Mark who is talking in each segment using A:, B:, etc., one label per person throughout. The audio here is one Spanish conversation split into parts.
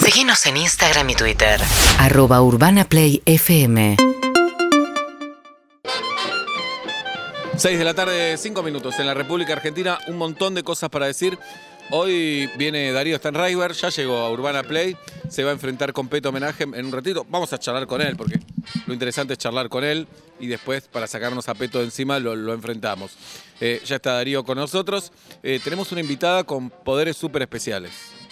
A: Seguinos en Instagram y Twitter.
B: arroba urbanaplayfm
C: 6 de la tarde, 5 minutos en la República Argentina, un montón de cosas para decir. Hoy viene Darío Stanraiver, ya llegó a Urbana Play, se va a enfrentar con Peto Homenaje en un ratito. Vamos a charlar con él, porque lo interesante es charlar con él y después para sacarnos a Peto de encima lo, lo enfrentamos. Eh, ya está Darío con nosotros. Eh, tenemos una invitada con poderes súper especiales.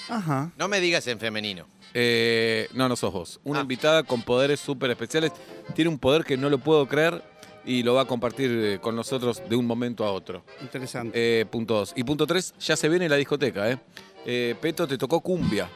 D: Ajá.
E: No me digas en femenino.
C: Eh, no, no sos vos. Una
E: Ah.
C: invitada con poderes súper especiales. Tiene un poder que no lo puedo creer y lo va a compartir eh, con nosotros de un momento a otro.
D: Interesante.
C: Eh, punto 2. Y punto 3, ya se viene la discoteca, ¿eh? Eh, Peto, te tocó cumbia.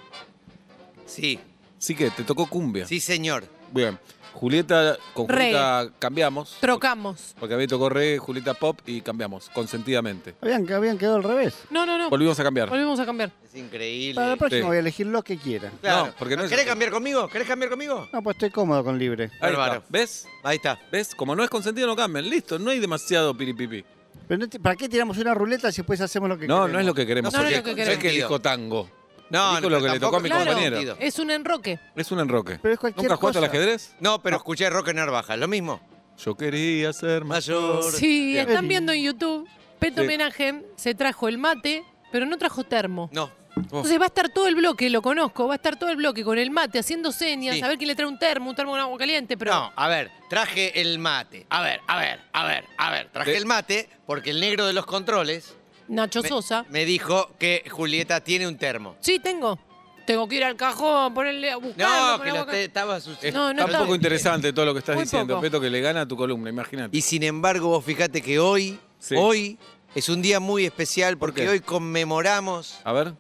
E: Sí,
C: Sí que, te tocó cumbia.
E: sí, señor.
C: Bien. Julieta, con
F: Re.
C: Julieta cambiamos.
F: Trocamos.
C: Porque a mí me tocó reggae, Julieta pop y cambiamos, consentidamente.
D: Habían, habían quedado al revés.
F: No, no, no.
C: Volvimos a cambiar.
F: Volvemos a cambiar.
E: Es increíble.
D: Para la próxima
C: Sí.
D: voy a elegir lo que quiera.
E: Claro. Ah,
C: No, porque no es-
E: ¿Querés cambiar conmigo? ¿Querés cambiar conmigo?
D: No, pues estoy cómodo con libre.
C: Ahí está.
E: Bárbaro.
C: ¿Ves?
E: Ahí está.
C: ¿Ves? Como no es consentido, no cambian. Listo, no hay demasiado piripipi.
D: Pero no te- ¿Para qué tiramos una ruleta si después hacemos lo que
C: No,
D: queremos?
C: no es lo que queremos.
E: No,
F: no es
C: porque
F: lo que
C: es que
E: queremos.
C: dijo tango.
E: No,
C: Dijo
E: no,
C: lo
E: pero
C: que le tocó a mi
F: tampoco-
C: compañero.
E: Claro.
F: Es un enroque.
C: Es un enroque.
D: Pero es cualquier
C: ¿Nunca jugaste al
D: cosa.
C: ajedrez?
E: No, pero escuché Roque Narvaja, lo mismo.
C: Yo quería ser mayor.
E: Mayor.
F: Si
C: Bien.
F: están viendo en YouTube, Peto
C: Sí.
F: Homenaje se trajo el mate, pero no trajo termo.
E: No.
F: Entonces va a estar todo el bloque, lo conozco, va a estar todo el bloque con el mate haciendo señas,
E: Sí.
F: a ver quién le trae un termo, un termo con agua caliente, pero
E: No, a ver, traje el mate. A ver, a ver, a ver, a ver. Traje
C: De-
E: el mate porque el negro de los controles
F: Nacho
E: me,
F: Sosa.
E: me dijo que Julieta tiene un termo.
F: Sí, tengo. Tengo que ir al cajón, ponerle a buscarlo.
E: No, que
F: poner
E: lo
F: agua
E: te-
F: cal-
E: estaba sucio.
C: Es-
F: No, no
C: está un poco
F: estaba.
C: interesante todo lo que estás
F: Muy
C: diciendo,
F: poco.
C: Peto, que le gana a tu columna, imagínate.
E: Y sin embargo, vos fíjate que hoy,
C: Sí.
E: hoy es un día muy especial
C: ¿Por
E: porque
C: qué?
E: hoy conmemoramos
C: A ver,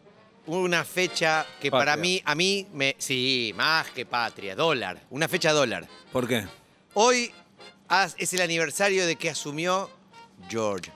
E: una fecha que
C: Patria.
E: para mí, a mí, me, sí, más que patria, dólar, una fecha dólar.
C: ¿por qué?
E: Hoy as- es el aniversario de que asumió George,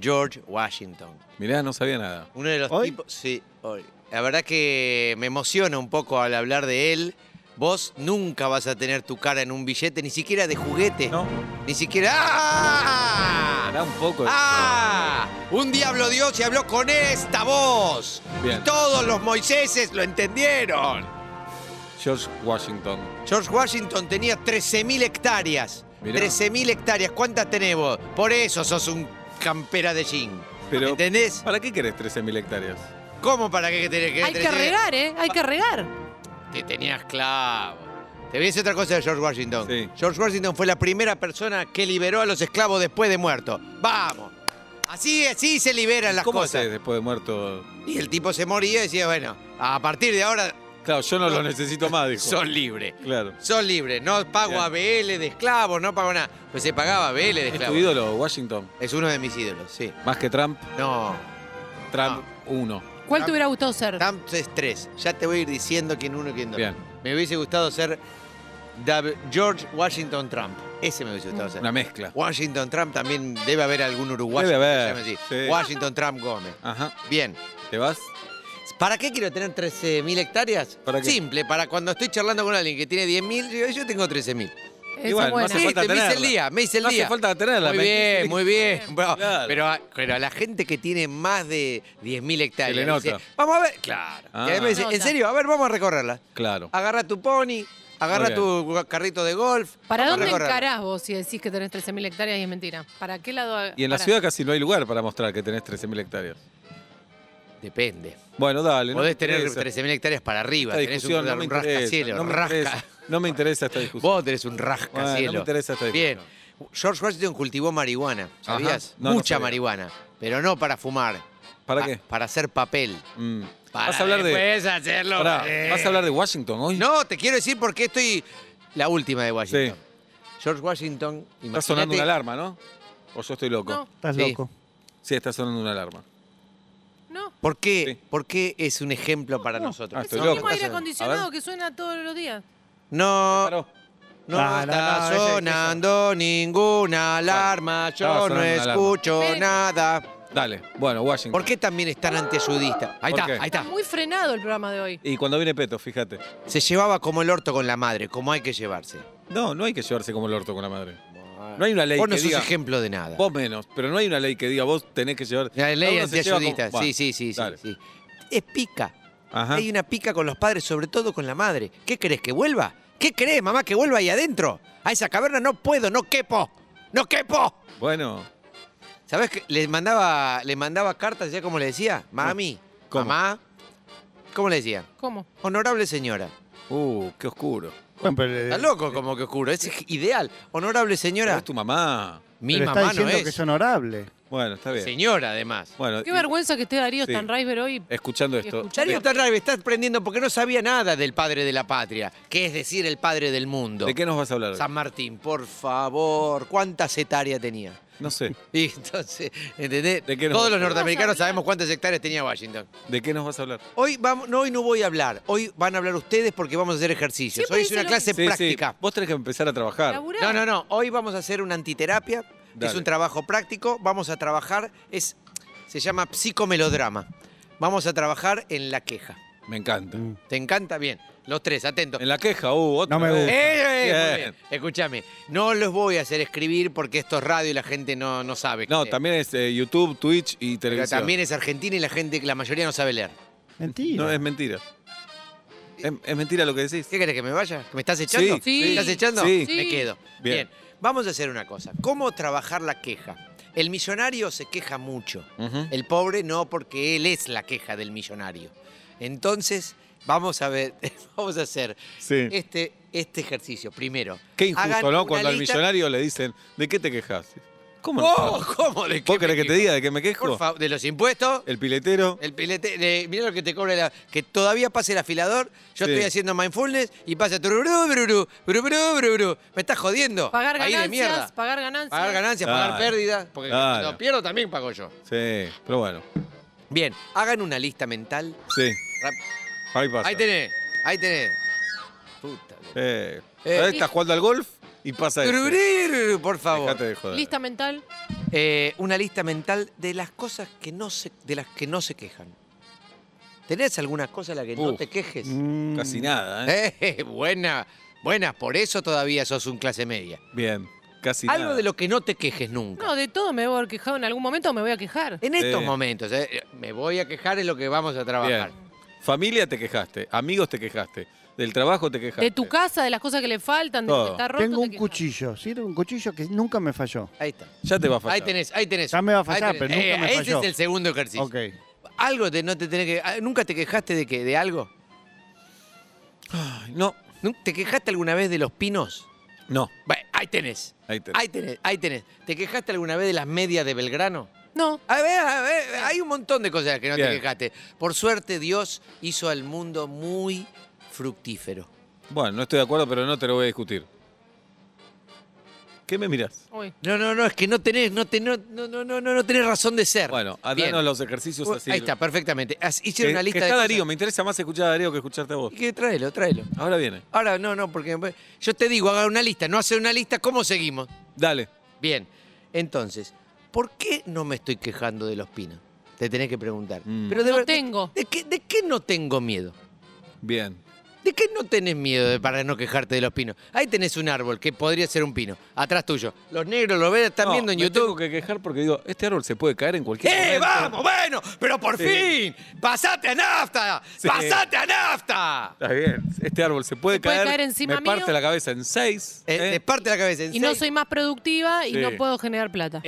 E: George Washington.
C: Mirá, no sabía nada.
E: Uno de los
D: ¿Hoy?
E: tipos, sí, hoy. La verdad que me emociona un poco al hablar de él. Vos nunca vas a tener tu cara en un billete, ni siquiera de juguete.
C: No,
E: Ni siquiera... ¡Ah!
C: da un poco. de-
E: ¡Ah! Un diablo Dios y habló con esta voz.
C: Bien.
E: Y todos los Moiséses lo entendieron.
C: George Washington.
E: George Washington tenía 13.000 hectáreas.
C: Mirá.
E: 13.000 hectáreas. ¿Cuántas tenemos? Por eso sos un campera de jean.
C: Pero-
E: ¿Entendés?
C: ¿Para qué querés 13.000 hectáreas?
E: ¿Cómo para qué tenés que
F: Hay que
E: 13.000?
F: regar, ¿eh? Hay que regar.
E: Te tenías clavo. Te voy a decir otra cosa de George Washington.
C: Sí.
E: George Washington fue la primera persona que liberó a los esclavos después de muerto. ¡Vamos! Así, así se liberan las
C: ¿Cómo
E: cosas.
C: haces después de muerto?
E: Y el tipo se moría y decía, bueno, a partir de ahora
C: Claro, yo no lo necesito más, dijo.
E: son libres.
C: Claro.
E: Son libres. No pago
C: Bien.
E: ABL de esclavos, no pago nada. Pues se pagaba ABL de
C: ¿Es tu
E: esclavos.
C: ídolo, Washington?
E: Es uno de mis ídolos, sí.
C: Más que Trump,
E: No.
C: Trump uno.
F: ¿Cuál te hubiera gustado ser?
E: Trump es tres. Ya te voy a ir diciendo quién uno y quién dos.
C: Bien.
E: Me hubiese gustado ser W- George Washington Trump. Ese me hubiese gustado ser.
C: Una mezcla.
E: Washington Trump también debe haber algún uruguayo.
C: Debe
E: que se
C: haber,
E: llame así.
C: sí.
E: Washington Trump Gómez.
C: Ajá.
E: Bien.
C: ¿Te vas?
E: ¿Para qué quiero tener 13.000 hectáreas?
C: ¿Para qué?
E: Simple, para cuando estoy charlando con alguien que tiene 10.000, yo, yo tengo 13.000.
F: Esa
C: Igual, no
F: buena.
C: hace
E: Sí,
C: falta
E: te- me hice el
C: tenerla.
E: día, me hice el
C: no
E: día.
C: hace falta tenerla.
E: Muy
C: me-
E: bien, muy bien. Pero,
C: Claro.
E: pero, a- pero a la gente que tiene más de 10.000 hectáreas.
C: Se le nota.
E: dice, vamos a ver. Claro.
C: Ah.
E: Y a mí me dice,
F: Nota.
E: en serio, a ver, vamos a recorrerla.
C: Claro.
E: Agarra tu pony,
C: Muy
E: agarra tu carrito de golf.
F: ¿Para
E: vamos a
F: dónde
E: recorrerla.
F: encarás vos si decís que tenés 13.000 hectáreas y es mentira? ¿Para qué lado?
C: Y en la
F: parás?
C: ciudad casi no hay lugar para mostrar que tenés 13.000 hectáreas.
E: Depende.
C: Bueno, dale. no
E: Podés
C: me
E: tener
C: interesa.
E: 13.000 hectáreas para arriba.
C: Esta
E: Tenés un,
C: discusión no me
E: un
C: interesa,
E: rascacielos,
C: no me
E: rasca.
C: interesa, no me interesa esta discusión.
E: Vos tenés un rascacielos.
C: Bueno, no me interesa esta
E: Bien.
C: discusión.
E: George Washington cultivó marihuana, ¿sabías?
C: Ajá. No, no
E: Mucha
C: sabía.
E: marihuana, pero no para fumar.
C: ¿Para
E: Pa-
C: qué?
E: Para hacer papel.
C: Mm.
E: Ah. Para
C: Vas a hablar de...
E: después hacerlo.
C: Pará,
E: eh.
C: ¿Vas a hablar de Washington hoy?
E: No, te quiero decir por qué estoy la última de Washington. George Washington,
C: Está
E: imagínate-
C: sonando una alarma, ¿no? O yo estoy loco.
F: No,
D: Estás
E: Sí.
D: loco.
C: Sí, está sonando una alarma.
F: no.
E: ¿Por qué?
C: Sí.
E: ¿Por qué es un ejemplo para
C: Ah,
E: nosotros?
F: Es
C: estoy
F: el
C: loco.
F: mismo aire
C: A ver.
F: acondicionado que suena todos los días.
E: No,
C: Paró.
D: No,
E: no,
D: no,
E: está
D: no, ese- ese-
E: sonando ninguna alarma,
C: estaba
E: yo
C: sonando
E: no
C: una alarma.
E: escucho
F: Esperen.
E: nada.
C: Dale, bueno, Washington.
E: ¿Por qué también es tan antiayudista? Ahí
C: ¿Por
E: está,
C: qué?
E: ahí
F: Está
E: está.
F: muy frenado el programa de hoy.
C: Y cuando viene Peto, fíjate.
E: Se llevaba como el orto con la madre, como hay que llevarse.
C: No, no hay que llevarse como el orto con la madre. No hay una ley
E: Vos no
C: que
E: sos
C: diga...
E: ejemplo de nada.
C: Vos menos, pero no hay una ley que diga vos tenés que llevar...
E: La ley
C: Cada uno se lleva
E: antiayudista,
C: como-
E: sí,
C: Bueno,
E: sí, sí, sí,
C: dale.
E: sí. Es pica.
C: Ajá.
E: Hay una pica con los padres, sobre todo con la madre. ¿Qué crees que vuelva? ¿Qué crees, mamá, que vuelva ahí adentro? A esa caverna no puedo, no quepo. ¡No quepo!
C: Bueno,
E: ¿Sabes que le mandaba, le mandaba cartas ya como le decía? Mami,
C: ¿Cómo?
E: mamá. ¿Cómo le decía?
F: ¿Cómo?
E: Honorable señora.
C: uh, qué oscuro.
D: Bueno, pero, le-
E: Está loco como que oscuro, es ideal. Honorable
C: Pero
E: señora.
C: es tu mamá.
E: Mi
D: pero está
E: mamá no
D: diciendo que
E: es.
D: es honorable.
C: Bueno, está bien.
E: Señora, además.
C: Bueno,
F: Qué
C: y-
F: vergüenza que esté Darío
C: Sí. Eh,
F: Stanriver hoy.
C: escuchando
F: Y
C: esto.
F: escuchando-
E: Darío Tarrabe está aprendiendo porque no sabía nada del padre de la patria, que es decir, el padre del mundo.
C: ¿De qué nos vas a hablar? hoy?
E: San Martín, por favor, ¿cuántas hectáreas tenía?
C: No sé.
E: Y entonces, ¿entendés?
C: ¿De qué nos vas
E: Todos
C: a
E: los
C: hablar?
E: norteamericanos
F: Vas a hablar.
E: sabemos cuántas hectáreas tenía Washington.
C: ¿De qué nos vas a hablar?
E: Hoy vamos, no, hoy no voy a hablar, hoy van a hablar ustedes porque vamos a hacer ejercicios.
F: Siempre
E: Hoy es
F: dice
E: una
F: lo
E: clase
C: Sí, sí,
E: práctica.
C: Vos tenés que empezar a trabajar.
F: Laburá.
E: No, no, no. Hoy vamos a hacer una antiterapia.
C: Dale.
E: Es un trabajo práctico. Vamos a trabajar. Es, se llama psicomelodrama. Vamos a trabajar en la queja.
C: Me encanta.
E: ¿Te encanta? Bien. Los tres, atentos.
C: En la queja, uh, otra
D: No me
C: vez.
E: ¡Eh, eh, muy
C: Bien.
E: bien! Escúchame. No los voy a hacer escribir porque esto es radio y la gente no, no sabe.
C: No,
E: Eh,
C: también es eh, YouTube, Twitch y
E: Pero
C: televisión.
E: también es Argentina y la gente, la mayoría no sabe leer.
D: Mentira.
C: No, es mentira. Es, es mentira lo que decís.
E: ¿Qué querés que me vaya? ¿Que ¿Me estás echando?
C: Sí,
F: Sí.
E: ¿Me estás echando?
C: sí.
E: Me
F: Sí.
E: quedo.
C: Bien.
E: Bien. Vamos a hacer una cosa. ¿Cómo trabajar la queja? El millonario se queja mucho.
C: Ujú.
E: El pobre no, porque él es la queja del millonario. Entonces, vamos a ver, vamos a hacer
C: Sí.
E: este, este ejercicio. Primero.
C: Qué injusto,
E: hagan
C: ¿no?
E: una
C: Cuando al
E: lista-
C: millonario le dicen, ¿de qué te quejas? ¿Cómo no
E: ¡Oh!
C: sabes?
E: ¿Cómo? ¿De qué
C: ¿Vos querés
E: me
C: que te
E: quejo?
C: diga de qué me quejo?
E: Por favor, Eh. de los impuestos.
C: El piletero.
E: El pilete, de- mirá lo que te cobra, la- que todavía pase el afilador. Yo
C: Sí.
E: estoy haciendo mindfulness y pasa tururú, brurú, brurú, brurú, brurú. Me estás jodiendo.
F: Pagar
E: Ahí de mierda.
F: ganancias, pagar ganancias.
E: Pagar ganancias, pagar
C: Claro.
E: pérdidas. Porque
C: Claro.
E: cuando pierdo también pago yo.
C: Sí, pero bueno.
E: Bien, hagan una lista mental.
C: Sí,
E: Rap-
C: ahí pasa.
E: Ahí tenés, ahí tenés. Puta.
C: Eh,
E: Eh.
C: ahí estás jugando al golf y pasa eso.
E: Tururú, por favor.
C: Dejate de joder.
F: Lista mental.
E: Eh, una lista mental de las cosas que no se, de las que no se quejan. ¿Tenés alguna cosa de la que no
C: Uf.
E: te quejes?
D: Mm.
C: Casi nada, ¿eh?
E: Eh, buena, buena, por eso todavía sos un clase media.
C: Bien, casi nada.
E: ¿Eh? Algo de lo que no te quejes nunca.
F: No, de todo me voy a haber quejado en algún momento, me voy a quejar.
E: en estos
C: Sí.
E: momentos, eh, me voy a quejar en lo que vamos a trabajar.
C: Bien. Familia te quejaste, amigos te quejaste, del trabajo te quejaste.
F: De tu casa, de las cosas que le faltan, de lo que
C: Todo.
F: está roto.
D: Tengo
F: te
D: un
F: quejas.
D: cuchillo, ¿sí? Un cuchillo que nunca me falló.
E: Ahí está.
C: Ya te va a fallar.
E: Ahí tenés, ahí tenés.
D: Ya me va a
E: Ahí
D: fallar,
E: tenés.
D: pero
E: Eh,
D: nunca me
E: Ese
D: falló.
E: es el segundo ejercicio.
D: Ok.
E: Algo de no te tenés que. ah, ¿Nunca te quejaste de que, de algo?
C: Ay, No,
E: ¿Nun- ¿Te quejaste alguna vez de los pinos?
C: no,
E: Bueno, ahí tenés.
C: ahí tenés.
E: Ahí tenés, ahí tenés. ¿Te quejaste alguna vez de las medias de Belgrano?
F: No.
E: A ver, a ver, hay un montón de cosas que no
C: Bien.
E: te quejaste. Por suerte, Dios hizo al mundo muy fructífero.
C: Bueno, no estoy de acuerdo, pero no te lo voy a discutir. ¿Qué me mirás?
F: Uy.
E: No, no, no, es que no tenés, no, te- no, no, no, no, no tenés razón de ser.
C: Bueno, a-
E: Bien.
C: danos los ejercicios
E: Bueno,
C: así.
E: Ahí está, perfectamente. Haz-
C: Que-
E: Hicieron una
C: que
E: lista
C: está
E: de
C: Darío,
E: cosas.
C: me interesa más escuchar a Darío que escucharte a vos.
E: Y que tráelo, tráelo.
C: Ahora viene.
E: Ahora, no, no, porque pues, yo te digo, haga una lista, no hacer una lista, ¿cómo seguimos?
C: Dale.
E: Bien, entonces, ¿por qué no me estoy quejando de los pinos? Te tenés que preguntar.
C: Mm.
E: Pero de
F: No
E: ver-
F: tengo.
E: ¿De qué, ¿De qué no tengo miedo?
C: Bien.
E: ¿De qué no tenés miedo de- para no quejarte de los pinos? Ahí tenés un árbol que podría ser un pino, atrás tuyo. Los negros, los verdes están
C: No,
E: viendo en
C: me
E: YouTube.
C: tengo que quejar porque digo, este árbol se puede caer en cualquier
E: ¡Eh,
C: momento.
E: vamos! Bueno, pero por
C: Sí.
E: fin. ¡Pasate a nafta!
C: Sí.
E: ¡Pasate a nafta!
C: Está bien. Este árbol se puede
F: ¿Se puede
C: caer.
F: caer encima
C: me parte
F: mío?
C: la cabeza en seis.
E: Eh,
C: ¿eh?
E: te parte la cabeza. en
F: Y no
E: seis.
F: soy más productiva y
C: Sí.
F: no puedo generar plata.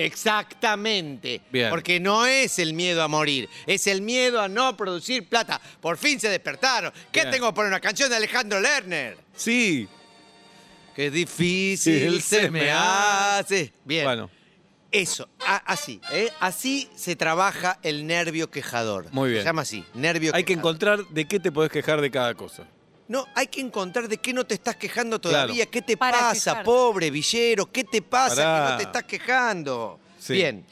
E: Exactamente.
C: Bien.
E: Porque no es el miedo a morir, es el miedo a no producir plata. Por fin se despertaron. ¿Qué
C: Bien.
E: tengo por una canción de Alejandro Lerner?
C: Sí.
E: Qué difícil
C: Sí, se
E: se
C: me
E: me hace. Bien.
C: Bueno,
E: Eso, a- así, ¿eh? Así se trabaja el nervio quejador.
C: Muy bien.
E: Se llama así, nervio
C: hay que
E: quejador.
C: encontrar de qué te podés quejar de cada cosa.
E: No, hay que encontrar de qué no te estás quejando todavía.
C: Claro.
E: ¿Qué te
F: Para
E: pasa,
F: quejarte.
E: pobre villero? ¿Qué te pasa
C: Pará.
E: que no te estás quejando?
C: Sí.
E: Bien.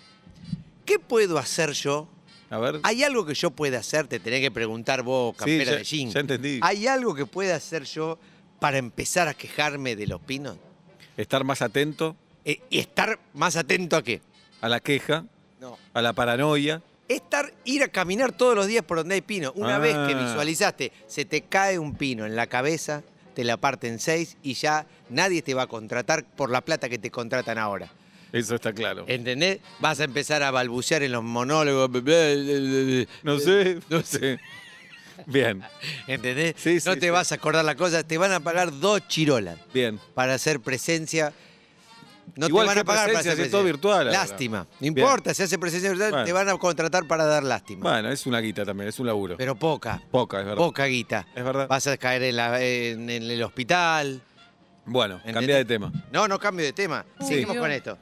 E: ¿Qué puedo hacer yo?
C: A ver.
E: ¿Hay algo que yo pueda hacer? Te tenés que preguntar vos, campera
C: ya-
E: de jean.
C: ya entendí.
E: ¿Hay algo que pueda hacer yo para empezar a quejarme de los pinos?
C: Estar más atento
E: Eh, ¿Y estar más atento a qué?
C: a la queja,
E: No.
C: a la paranoia.
E: Estar, ir a caminar todos los días por donde hay pino. Una
C: Ah.
E: vez que visualizaste, se te cae un pino en la cabeza, te la parten seis y ya nadie te va a contratar por la plata que te contratan ahora.
C: Eso está claro.
E: ¿Entendés? Vas eh, a empezar a balbucear en los monólogos.
C: No sé, no sé. Bien,
E: ¿Entendés?
C: Sí,
E: no
C: sí,
E: te
C: sí.
E: vas a acordar la cosa. Te van a pagar dos chirolas
C: bien.
E: para hacer presencia. No
C: Igual,
E: te van
C: ¿qué
E: a pagar para
C: presencia?
E: hacer
C: Si es todo
E: presencia.
C: virtual ahora.
E: Lástima. No
C: Bien.
E: importa, si hace presencia virtual,
C: Bueno.
E: te van a contratar para dar lástima.
C: Bueno, es una guita también, es un laburo.
E: Pero poca,
C: Poca, es verdad.
E: poca guita.
C: Es verdad.
E: Vas a caer en, la- en- en el hospital.
C: Bueno,
E: ¿Entendés?
C: cambia de tema.
E: No, no cambio de tema.
F: Sí.
E: Seguimos con esto.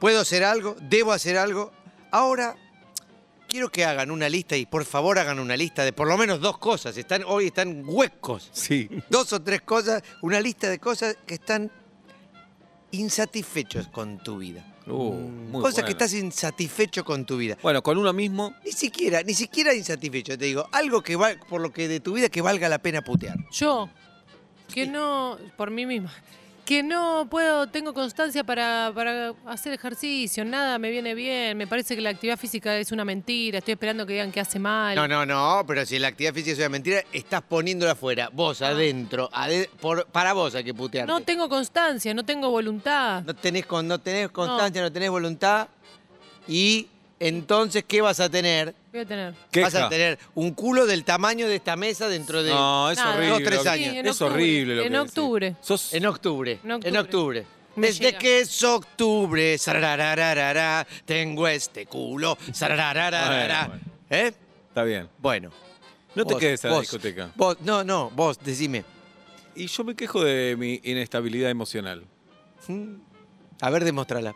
E: ¿Puedo hacer algo? ¿Debo hacer algo? Ahora, quiero que hagan una lista y por favor hagan una lista de por lo menos dos cosas. Están, hoy están huecos.
C: Sí.
E: Dos o tres cosas, una lista de cosas que están insatisfechos con tu vida.
C: Uh, muy
E: cosas
C: buena.
E: Mm. que estás insatisfecho con tu vida.
C: Bueno, con uno mismo,
E: Ni siquiera, ni siquiera insatisfecho, te digo. Algo que va, por lo que de tu vida que valga la pena putear.
F: Yo, que no, por mí misma, que no puedo, tengo constancia para, para hacer ejercicio, nada me viene bien, me parece que la actividad física es una mentira, estoy esperando que digan que hace mal.
E: No, no, no, pero si la actividad física es una mentira, estás poniéndola afuera, vos adentro, ade- por- para vos hay que putear.
F: Ah. No tengo constancia, no tengo voluntad.
E: tenés, con, no tenés constancia, no. tenés voluntad. Y entonces, ¿qué vas a tener?
F: Voy a tener.
E: Vas a
C: queja.
E: tener un culo del tamaño de esta mesa dentro de.
C: No, es
F: Nada.
C: horrible.
E: Dos, tres
C: lo que-
E: años. Sí,
F: en
C: es
F: octubre.
C: horrible lo
F: En
C: que
F: octubre.
C: decís. Sos-
E: En octubre.
F: En octubre. Me
E: Desde
F: llega.
E: que es octubre, sararararara, tengo este culo, sararararara.
C: Ah, Bueno,
E: ¿Eh?
C: Está bien.
E: Bueno.
C: No te
E: vos,
C: quedes en la
E: vos,
C: discoteca.
E: Vos, no, no, vos, decime.
C: Y yo me quejo de mi inestabilidad emocional.
E: Mm. A ver, demostrala.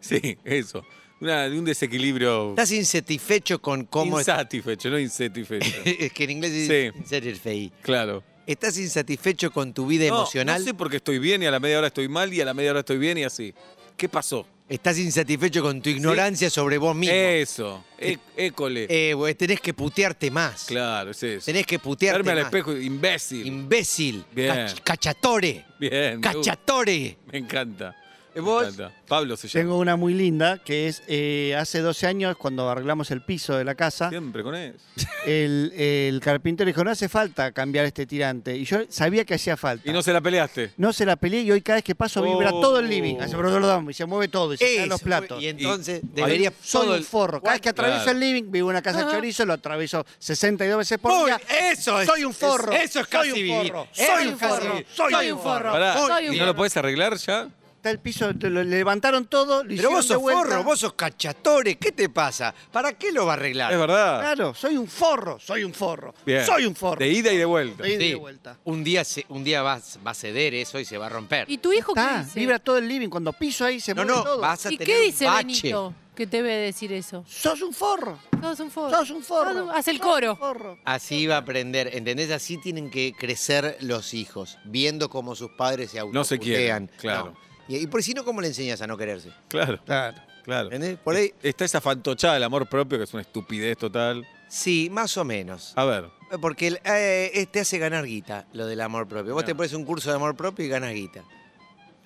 C: Sí, eso. Una, de un desequilibrio
E: ¿Estás insatisfecho con cómo es-
C: insatisfecho, no insatisfecho.
E: es? que en inglés es
C: Sí.
E: insatisfactory.
C: claro.
E: ¿Estás insatisfecho con tu vida
C: No,
E: emocional?
C: No sé por qué estoy bien y a la media hora estoy mal y a la media hora estoy bien y así. ¿Qué pasó?
E: ¿Estás insatisfecho con tu ignorancia sobre vos mismo?
C: Eso. E- École.
E: Eh, güey, tenés que putearte más.
C: claro, es eso.
E: Tenés que putearte
C: Darme al
E: más.
C: espejo, imbécil.
E: Imbécil.
C: Bien.
E: Cach- cachatore.
C: bien. me gusta.
E: Cachatore.
C: Me encanta. me
E: ¿Vos?
C: encanta. Pablo se llama.
D: Tengo una muy linda que es eh, hace 12 años cuando arreglamos el piso de la casa,
C: Siempre con eso.
D: el, el carpintero dijo, no hace falta cambiar este tirante. Y yo sabía que hacía falta.
C: Y no se la peleaste.
D: No se la peleé y hoy cada vez que paso vibra
C: Oh.
D: todo el living. Hace brodolodom, y se mueve todo y se caen los
E: Eso,
D: platos.
E: Y entonces
C: Y-
E: debería
D: Soy
E: todo
D: un
E: el-
D: forro. Cada vez que atravieso
C: Claro.
D: el living, vivo en una casa de
F: Ajá.
D: chorizo, lo atravieso 62 veces por
E: Muy-
D: día.
E: eso es,
D: Soy un forro.
E: es- eso es
D: Soy
E: casi
D: un
E: vivir.
D: forro.
E: Eso
D: Soy
E: es
D: un
E: casi
D: forro.
E: vivir.
D: Soy un forro.
C: Pará,
F: Soy un
C: ¿y no lo
F: forro.
C: podés arreglar ya?
D: Está el piso, te lo- le levantaron todo, lo
E: Pero
D: hicieron
E: vos
D: de
E: sos
D: vuelta.
E: forro, vos sos cachatore. ¿Qué te pasa? ¿Para qué lo va a arreglar?
C: Es verdad.
D: Claro, soy un forro, soy un forro.
C: Bien.
D: Soy un forro.
C: De ida y de vuelta.
D: De ida y
E: Sí.
D: de vuelta.
E: Un día, se- un día va, va a ceder eso y se va a romper.
F: ¿Y tu hijo qué
D: Está,
F: dice?
D: vibra todo el living. Cuando piso ahí se
E: No,
D: mueve
E: no,
D: todo.
E: vas a
F: ¿Y
E: tener
F: qué dice
E: un bache.
F: Benito que te ve decir eso?
D: Sos un forro.
F: Sos un forro.
D: Sos un forro.
F: Haz el
D: sos un
F: coro.
D: forro.
E: Así va a aprender, ¿entendés? Así tienen que crecer los hijos, viendo cómo sus padres se
C: No se quieren,
E: autoputean.
C: claro.
E: No. Y, y por si no, ¿cómo le enseñas a no quererse?
C: Claro,
D: Claro.
C: claro.
E: ¿Entendés? Por ahí,
C: Está esa fantochada del amor propio que es una estupidez total.
E: sí, más o menos.
C: A ver,
E: Porque el, eh, eh, te hace ganar guita lo del amor propio. Vos te
C: Claro.
E: pones un curso de amor propio y ganas guita.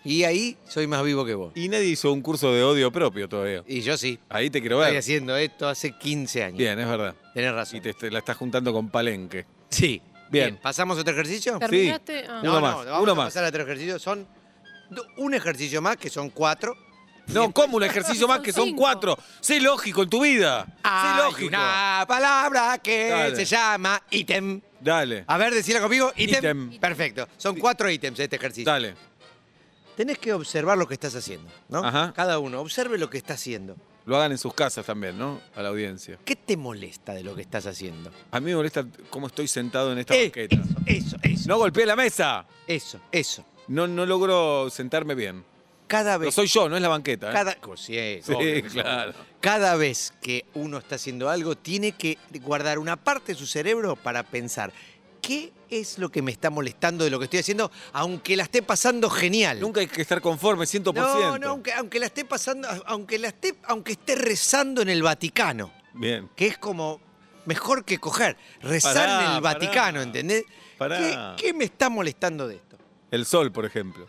E: Y ahí soy más vivo que vos.
C: y nadie hizo un curso de odio propio todavía.
E: Y yo sí.
C: Ahí te quiero
E: Estoy
C: ver.
E: haciendo esto hace 15 años.
C: Bien, es verdad.
E: Tenés
C: Y
E: razón.
C: te, te la estás juntando con Palenque.
E: Sí.
C: Bien.
E: ¿Pasamos otro ejercicio?
F: ¿Terminaste? Ah.
C: Uno más,
E: vamos
C: uno
E: a
C: más.
E: pasar a otro ejercicio. Son do- un ejercicio más, que son cuatro.
C: No, como un ejercicio más que son
F: Cinco.
C: cuatro. Sé lógico en tu vida. Sé
E: Hay
C: lógico.
E: una palabra que
C: Dale.
E: se llama ítem.
C: Dale,
E: A ver, decíla conmigo. Ítem.
C: Ítem.
E: Perfecto. Son cuatro ítems este ejercicio.
C: dale.
E: Tenés que observar lo que estás haciendo, ¿no?
C: Ajá.
E: Cada uno, observe lo que está haciendo.
C: Lo hagan en sus casas también, ¿no? A la audiencia.
E: ¿Qué te molesta de lo que estás haciendo?
C: A mí me molesta cómo estoy sentado en esta
E: Eh,
C: banqueta.
E: Eso, eso,
C: No golpeé la mesa.
E: eso, eso.
C: No, no logro sentarme bien.
E: Cada
C: No
E: vez.
C: soy yo, no es la banqueta. ¿eh?
E: cada, Pues sí, es
C: Sí,
E: obvio, es
C: claro.
E: obvio. Cada vez que uno está haciendo algo, tiene que guardar una parte de su cerebro para pensar. ¿Qué es lo que me está molestando de lo que estoy haciendo? Aunque la esté pasando genial.
C: Nunca hay que estar conforme, 100%.
E: no, no, aunque, aunque la esté pasando, aunque la esté, aunque esté rezando en el Vaticano,
C: Bien.
E: que es como mejor que coger, rezar
C: Pará,
E: en el
C: pará,
E: Vaticano, ¿entendés?
C: pará.
E: ¿Qué- ¿Qué me está molestando de esto?
C: El sol, por ejemplo.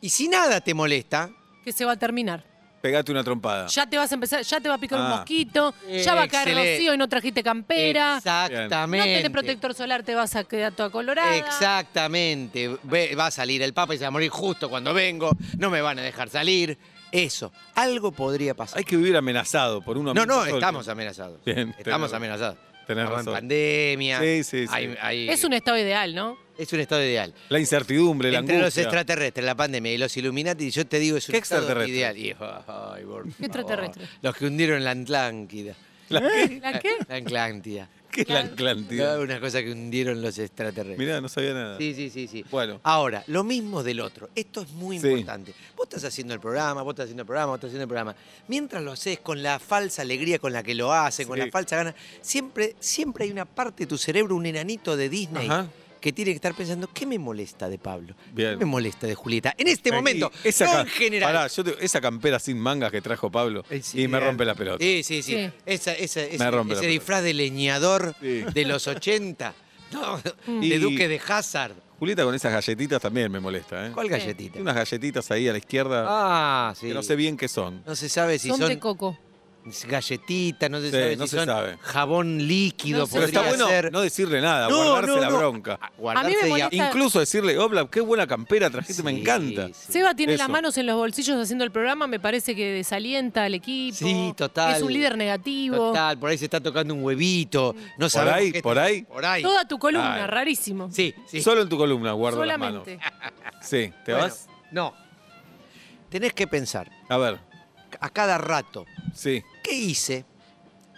E: Y si nada te molesta,
F: Que se va a terminar.
C: Pegate una
E: Ah.
C: trompada.
F: Ya te vas a empezar, ya te va a picar un
C: Ah.
F: mosquito, ya va a caer
E: Excelente.
F: rocío y no trajiste campera.
E: Exactamente.
F: No tenés protector solar, te vas a quedar toda colorada.
E: Exactamente. Ve- va a salir el Papa y se va a morir justo cuando vengo. No me van a dejar salir. Eso, algo podría pasar.
C: Hay que vivir amenazado por uno
E: no,
C: mismo
E: no,
C: todo el
E: estamos
C: tiempo.
E: amenazados.
C: Bien,
E: estamos
C: tenés-
E: amenazados.
C: tenés
E: estamos en
C: razón.
E: pandemia.
C: Sí, sí, sí.
E: hay- hay-
F: Es un estado ideal, ¿no?
E: es un estado ideal.
C: La incertidumbre, la
E: Entre los
C: angustia.
E: extraterrestres, la pandemia y los Illuminati, yo te digo, es un
C: ¿Qué
E: estado
C: extraterrestres?
E: ideal. Y, ay, por favor.
F: extraterrestres?
E: Los que hundieron la Atlántida.
F: ¿La qué?
E: La Atlántida.
C: ¿Qué es la Atlántida?
E: Una cosa que hundieron los extraterrestres.
C: Mirá, no sabía nada.
E: Sí, este sí, sí, sí.
C: Bueno.
E: Ahora, lo mismo del otro. Esto es muy
C: Sí.
E: importante. Vos estás haciendo el programa, vos estás haciendo el programa, vos estás haciendo el programa. Mientras lo haces con la falsa alegría con la que lo haces, con
C: Sí.
E: la falsa gana, siempre, siempre hay una parte de tu cerebro, un enanito de Disney,
C: Ajá.
E: que tiene que estar pensando, ¿qué me molesta de Pablo?
C: Bien.
E: ¿Qué me molesta de Julieta? En este
C: Y
E: momento,
C: esa
E: no
C: ca-
E: en general.
C: Pará, yo te- esa campera sin mangas que trajo Pablo
E: Es
C: y me
E: ideal.
C: rompe la pelota.
E: Sí, sí, sí.
F: Sí.
E: Esa- esa- ese
C: rompe la pelota.
E: ese disfraz de leñador
C: Sí. Mm.
E: de los 80, no,
C: Y-
E: de Duque de Hazard.
C: Julieta con esas galletitas también me molesta, ¿eh?
E: ¿Cuál
F: Sí.
E: galletita?
C: Unas galletitas ahí a la izquierda
E: Ah, sí.
C: que no sé bien qué son.
E: No se sabe si
F: Son
E: son
F: de coco.
E: galletitas, no se
C: Sí,
E: sabe
C: no
E: si
C: se
E: son
C: sabe.
E: jabón líquido,
F: No se
C: Pero
E: podría
C: está bueno
E: ser.
C: no decirle nada,
E: No,
C: guardarse
E: no,
C: la
E: no. Ah,
C: bronca.
E: Guardarse
F: A mí me
E: y-
F: molesta- Está-
C: Incluso decirle, Oblap, qué buena campera trajiste, me
E: Sí,
C: encanta.
E: sí.
F: Seba tiene las
C: Eso.
F: manos en los bolsillos haciendo el programa, me parece que desalienta al equipo.
E: Sí, total.
F: Es un líder negativo.
E: Total, por ahí se está tocando un huevito. No
C: Por
E: sabemos
C: ahí,
E: qué-
C: por ahí,
E: Por ahí.
F: Toda tu columna,
C: Ay.
F: rarísimo.
E: Sí, sí.
C: solo en tu columna guardo las manos.
F: Solamente.
C: Sí, ¿te
E: Bueno,
C: vas?
E: No. Tenés que pensar
C: A ver,
E: a cada rato,
C: sí,
E: ¿qué hice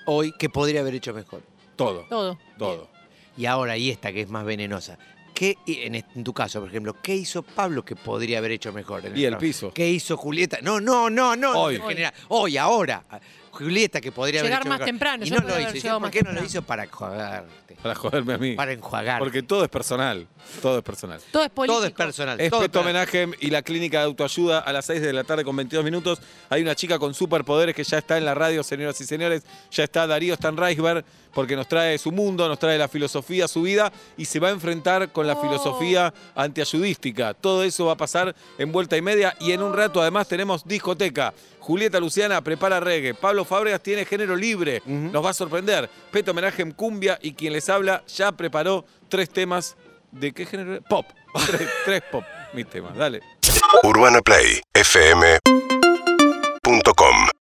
E: hoy que podría haber hecho mejor?
C: todo,
F: Todo.
C: todo.
E: Y ahora, y esta que es más venenosa. ¿Qué, en, est- en tu caso, por ejemplo, ¿qué hizo Pablo que podría haber hecho mejor? en
C: Y el
E: trabajo?
C: piso.
E: ¿Qué hizo Julieta? No, no, no, no.
C: Hoy.
E: en general. Hoy, ahora. Julieta que podría
F: Llegar
E: haber hecho
F: más
E: mejor.
F: temprano,
E: Y
F: yo
E: no lo
F: podría haber
E: hizo. ¿Y
F: llegado
E: ¿Por
F: más
E: qué no lo
F: temprano.
E: hizo? Para joderte.
C: Para joderme a mí.
E: Para enjuagar.
C: Porque todo es personal, todo es personal.
F: Todo es político.
E: todo es personal.
C: Es
E: todo
C: Peto Homenaje y la clínica de autoayuda a las 6 de la tarde con 22 minutos. Hay una chica con superpoderes que ya está en la radio, señoras y señores. Ya está Darío Stanreisberg porque nos trae su mundo, nos trae la filosofía, su vida y se va a enfrentar con la
F: Oh.
C: filosofía antiayudística. Todo eso va a pasar en vuelta y media y en un rato además tenemos discoteca. Julieta Luciana prepara reggae. Pablo Fábregas tiene género libre. Nos va a sorprender. Peto Homenaje en cumbia y quien les habla ya preparó tres temas. ¿De qué género? era? Pop. tres, tres pop. Mis temas. Dale.
G: UrbanaPlayFM.com